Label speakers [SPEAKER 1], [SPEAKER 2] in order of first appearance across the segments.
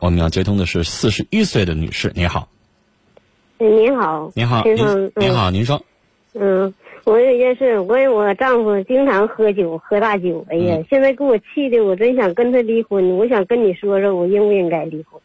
[SPEAKER 1] 我们要哦接通的是四十一岁的女士，您好，
[SPEAKER 2] 嗯您好，
[SPEAKER 1] 您好，
[SPEAKER 2] 先
[SPEAKER 1] 您
[SPEAKER 2] 生，
[SPEAKER 1] 您好，您说，
[SPEAKER 2] 嗯，嗯，我有一件事，我有我丈夫经常喝酒，喝大酒，哎
[SPEAKER 1] 嗯
[SPEAKER 2] 呀，现在给我气的，我真想跟他离婚。我想跟你说说，我应不应该离婚？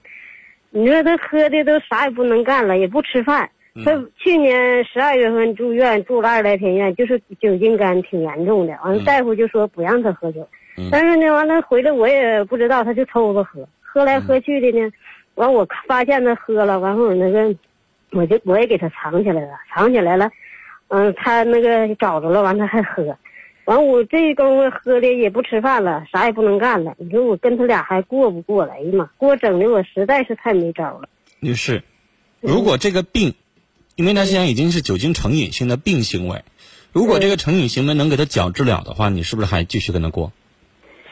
[SPEAKER 2] 你说他喝的都啥也不能干了，也不吃饭。
[SPEAKER 1] 嗯
[SPEAKER 2] 他去年十二月份住院，住了二十来天院，就是酒精肝挺严重的。完了，
[SPEAKER 1] 嗯
[SPEAKER 2] 大夫就说不让他喝酒，
[SPEAKER 1] 嗯
[SPEAKER 2] 但是呢，完了回来我也不知道，他就偷着喝，喝来喝去的呢，完我发现他喝了，完后我那个，我就我也给他藏起来了，藏起来了，嗯，他那个找着了，完他还喝，完我这功夫喝的也不吃饭了，啥也不能干了，你说我跟他俩还过不过来？哎呀妈，给我整的我实在是太没招了。
[SPEAKER 1] 女士，如果这个病，因为他现在已经是酒精成瘾性的病行为，如果这个成瘾行为能给他矫治了的话，你是不是还继续跟他过？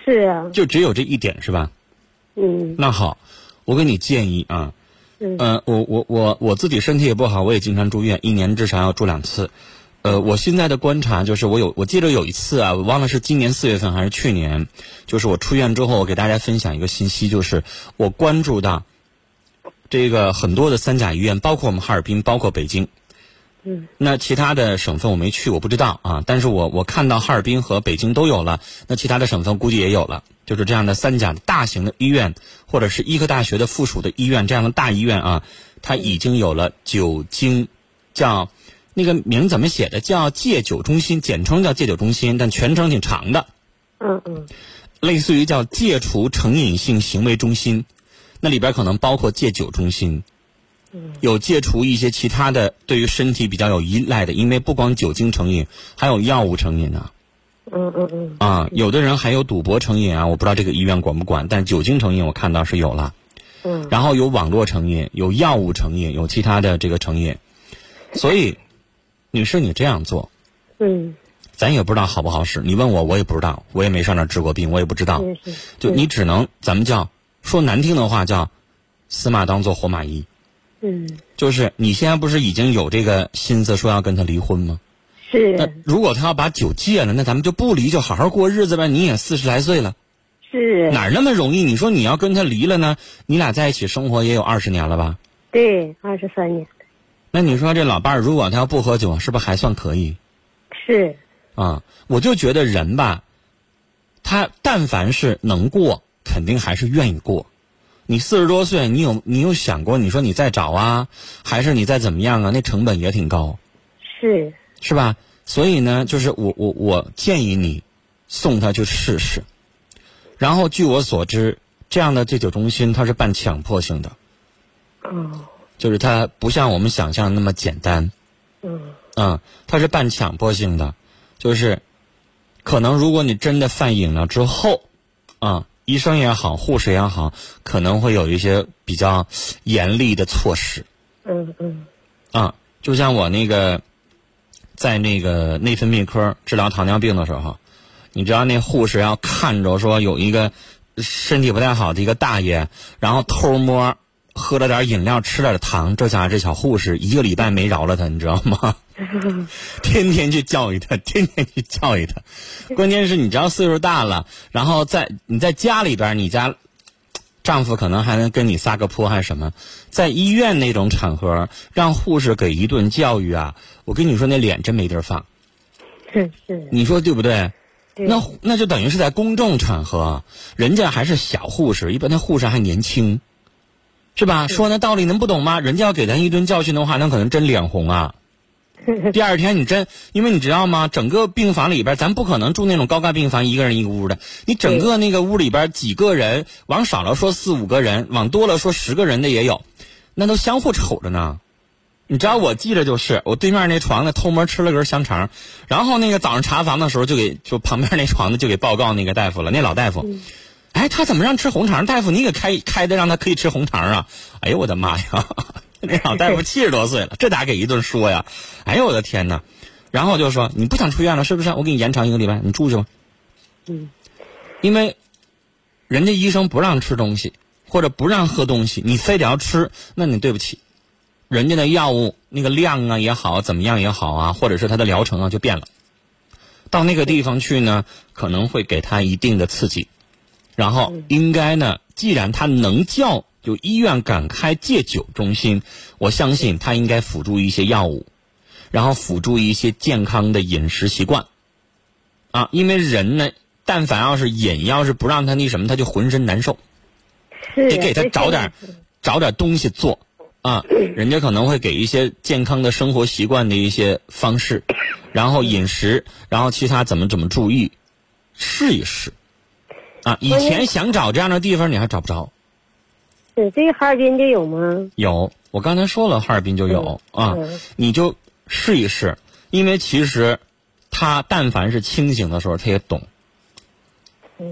[SPEAKER 2] 是啊，
[SPEAKER 1] 就只有这一点是吧？
[SPEAKER 2] 嗯
[SPEAKER 1] 那好，我给你建议啊，
[SPEAKER 2] 嗯
[SPEAKER 1] 呃，我我我我自己身体也不好，我也经常住院，一年至少要住两次。呃，我现在的观察就是，我有我记得有一次啊，我忘了是今年四月份还是去年，就是我出院之后，我给大家分享一个信息，就是我关注到这个很多的三甲医院，包括我们哈尔滨，包括北京。
[SPEAKER 2] 嗯，
[SPEAKER 1] 那其他的省份我没去，我不知道啊。但是我我看到哈尔滨和北京都有了，那其他的省份估计也有了。就是这样的三甲的大型的医院，或者是医科大学的附属的医院，这样的大医院啊，它已经有了酒精，叫那个名怎么写的？叫戒酒中心，简称叫戒酒中心，但全称挺长的，
[SPEAKER 2] 嗯嗯
[SPEAKER 1] 类似于叫戒除成瘾性行为中心。那里边可能包括戒酒中心，有戒除一些其他的对于身体比较有依赖的，因为不光酒精成瘾，还有药物成瘾呢、
[SPEAKER 2] 嗯嗯嗯，
[SPEAKER 1] 啊。有的人还有赌博成瘾啊，我不知道这个医院管不管，但酒精成瘾我看到是有了，
[SPEAKER 2] 嗯，
[SPEAKER 1] 然后有网络成瘾，有药物成瘾，有其他的这个成瘾，所以，女士你这样做，
[SPEAKER 2] 嗯，
[SPEAKER 1] 咱也不知道好不好使。你问我，我也不知道，我也没上那儿治过病，我也不知道。
[SPEAKER 2] 也是，
[SPEAKER 1] 就你只能，咱们叫说难听的话叫，死马当做活马医。
[SPEAKER 2] 嗯，
[SPEAKER 1] 就是你现在不是已经有这个心思说要跟他离婚吗？那
[SPEAKER 2] 是
[SPEAKER 1] 如果他要把酒戒了，那咱们就不离，就好好过日子吧。你也四十来岁了，
[SPEAKER 2] 是，
[SPEAKER 1] 哪儿那么容易？你说你要跟他离了呢，你俩在一起生活也有二十年了吧？
[SPEAKER 2] 对，二十三年，
[SPEAKER 1] 那你说这老伴儿如果他要不喝酒，是不是还算可以
[SPEAKER 2] 是，
[SPEAKER 1] 啊？我就觉得人吧，他但凡是能过，肯定还是愿意过。你四十多岁，你有你有想过，你说你再找啊，还是你再怎么样啊？那成本也挺高。
[SPEAKER 2] 是，
[SPEAKER 1] 是吧？所以呢，就是我我我建议你送他去试试。然后据我所知，这样的戒酒中心它是办强迫性的，
[SPEAKER 2] 哦，
[SPEAKER 1] 就是它不像我们想象那么简单，
[SPEAKER 2] 嗯，
[SPEAKER 1] 嗯，它是办强迫性的，就是可能如果你真的犯瘾了之后，啊、医生也好，护士也好，可能会有一些比较严厉的措施。
[SPEAKER 2] 嗯嗯，
[SPEAKER 1] 啊，就像我那个在那个内分泌科治疗糖尿病的时候，你知道那护士要看着说有一个身体不太好的一个大爷，然后偷摸喝了点饮料，吃了点糖，这家伙这小护士一个礼拜没饶了他，你知道吗？ 天天去教育他，天天去教育他。关键是你只要岁数大了，然后在你在家里边，你家丈夫可能还能跟你撒个泼还是什么，在医院那种场合，让护士给一顿教育啊，我跟你说那脸真没地儿放，
[SPEAKER 2] 是是，
[SPEAKER 1] 你说对不对？
[SPEAKER 2] 对
[SPEAKER 1] 那那就等于是在公众场合，人家还是小护士，一般那护士还年轻，是吧？说那道理能不懂吗？人家要给咱一顿教训的话，那可能真脸红啊。第二天你真，因为你知道吗？整个病房里边，咱不可能住那种高干病房，一个人一个屋的。你整个那个屋里边几个人，往少了说四五个人，往多了说十个人的也有，那都相互瞅着呢。你知道我记着就是，我对面那床呢偷摸吃了根香肠，然后那个早上查房的时候就给就旁边那床的就给报告那个大夫了，那老大夫，哎，他怎么让吃红肠？大夫你给开开的让他可以吃红肠啊？哎呦我的妈呀！ 那老大夫七十多岁了，这咋给一顿说呀？哎呦我的天哪！然后我就说你不想出院了是不是？我给你延长一个礼拜，你住去吧。
[SPEAKER 2] 嗯，
[SPEAKER 1] 因为人家医生不让吃东西或者不让喝东西，你非得要吃，那你对不起，人家的药物那个量啊也好，怎么样也好啊，或者是他的疗程啊就变了。到那个地方去呢，可能会给他一定的刺激，然后应该呢，既然他能叫有医院敢开戒酒中心，我相信他应该辅助一些药物，然后辅助一些健康的饮食习惯，啊，因为人呢，但凡要是瘾，要是不让他那什么，他就浑身难受，
[SPEAKER 2] 是
[SPEAKER 1] 得给他找点找点东西做啊，人家可能会给一些健康的生活习惯的一些方式，然后饮食，然后其他怎么怎么注意，试一试，啊，以前想找这样的地方你还找不着。
[SPEAKER 2] 是这个哈尔滨就有吗？
[SPEAKER 1] 有，我刚才说了，哈尔滨就有、嗯、啊、嗯，你就试一试，因为其实他但凡是清醒的时候，他也懂。
[SPEAKER 2] 嗯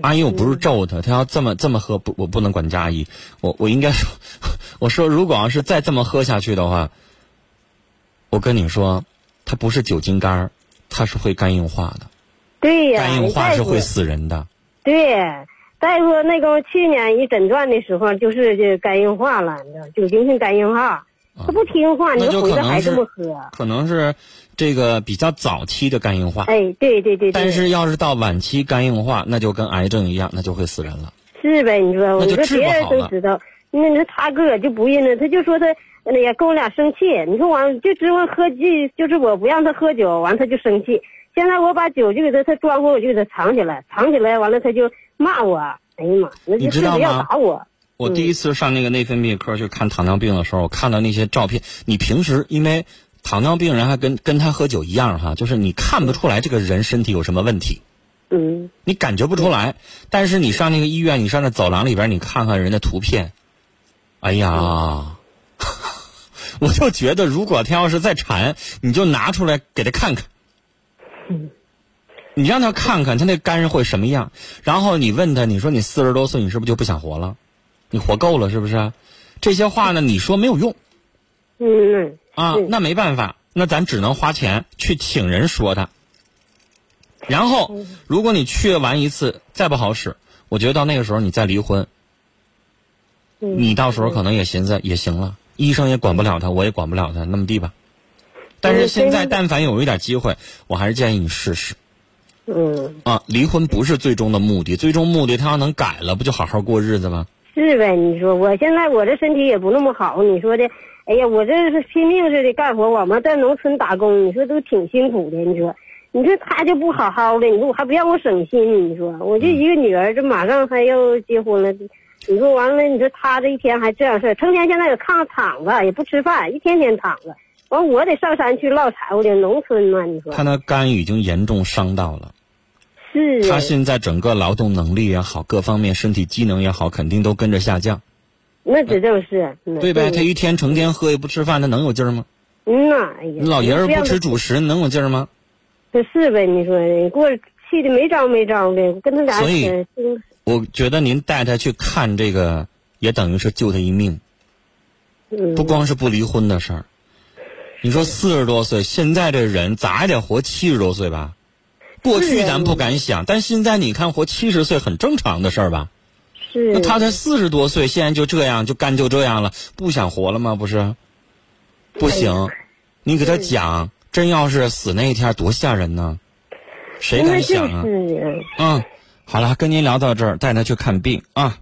[SPEAKER 1] 阿姨，我不是咒他，他要这么这么喝，不，我不能管家阿姨，我我应该说， 我说如果要是再这么喝下去的话，我跟你说，他不是酒精肝，他是会肝硬化的。
[SPEAKER 2] 对呀、
[SPEAKER 1] 啊，肝硬化是会死人的。
[SPEAKER 2] 对。大夫，那个去年一诊断的时候，就是这肝硬化了，你知道，酒精性肝硬
[SPEAKER 1] 啊
[SPEAKER 2] 化，他不听话，你说回来还这么喝，
[SPEAKER 1] 可能是这个比较早期的肝硬化。
[SPEAKER 2] 哎，对对对。
[SPEAKER 1] 但是要是到晚期肝硬化，那就跟癌症一样，那就会死人了。
[SPEAKER 2] 是呗？你说，我
[SPEAKER 1] 说
[SPEAKER 2] 别人都知道，那你说他哥就不认了，他就说他那也跟我俩生气，你说完就知道喝酒，就是我不让他喝酒，完他就生气。现在我把酒就给他，他抓过我就给他藏起来，藏起来完了他就骂我，哎呀妈，那
[SPEAKER 1] 你知道
[SPEAKER 2] 要打我。
[SPEAKER 1] 我第一次上那个内分泌科去看糖尿病的时候，我看到那些照片。你平时因为糖尿病人还跟跟他喝酒一样哈，就是你看不出来这个人身体有什么问题，
[SPEAKER 2] 嗯，
[SPEAKER 1] 你感觉不出来。但是你上那个医院，你上那走廊里边，你看看人的图片，哎呀， 我就觉得如果他要是再馋，你就拿出来给他看看。
[SPEAKER 2] 嗯，
[SPEAKER 1] 你让他看看他那肝是会什么样，然后你问他，你说你四十多岁，你是不是就不想活了？你活够了是不是？这些话呢，你说没有用。
[SPEAKER 2] 嗯
[SPEAKER 1] 啊，那没办法，那咱只能花钱去请人说他。然后，如果你去完一次再不好使，我觉得到那个时候你再离婚，你到时候可能也寻思也行了，医生也管不了他，我也管不了他，那么地吧。但是嗯现在，但凡有一点机会，我还是建议你试试。
[SPEAKER 2] 嗯。
[SPEAKER 1] 啊，离婚不是最终的目的，最终目的他要能改了，不就好好过日子吗？
[SPEAKER 2] 是呗？你说我现在我这身体也不那么好，你说的，哎呀，我这是拼命似的干活，我们在农村打工，你说都挺辛苦的。你说，你说他就不好好的，你说我还不让我省心，你说我就
[SPEAKER 1] 嗯
[SPEAKER 2] 一个女儿，这马上还要结婚了。你说完了，你说他这一天还这样事儿，成天现在搁炕上躺着，也不吃饭，一天天躺着。完，我得上山去落柴火去，农村嘛，你说。
[SPEAKER 1] 他那肝已经严重伤到了，
[SPEAKER 2] 是。啊
[SPEAKER 1] 他现在整个劳动能力也好，各方面身体机能也好，肯定都跟着下降。
[SPEAKER 2] 那指定是。嗯、
[SPEAKER 1] 对呗，他一天成天喝也不吃饭，他能有劲儿吗？
[SPEAKER 2] 嗯呐，哎呀。
[SPEAKER 1] 你老爷们不吃主食，能有劲儿吗？
[SPEAKER 2] 这是呗，你说你给我气的没招没招的，我跟他俩。
[SPEAKER 1] 所以，我觉得您带他去看这个，也等于是救他一命。
[SPEAKER 2] 嗯。
[SPEAKER 1] 不光是不离婚的事儿。你说四十多岁，现在这人咋也得活七十多岁吧？过去咱不敢想，但现在你看活七十岁很正常的事儿吧？
[SPEAKER 2] 是。
[SPEAKER 1] 那他才四十多岁，现在就这样，就干就这样了，不想活了吗？不是？不行，你给他讲，真要是死那一天多吓人呢，谁敢想啊？
[SPEAKER 2] 嗯，
[SPEAKER 1] 好了，跟您聊到这儿，带他去看病啊。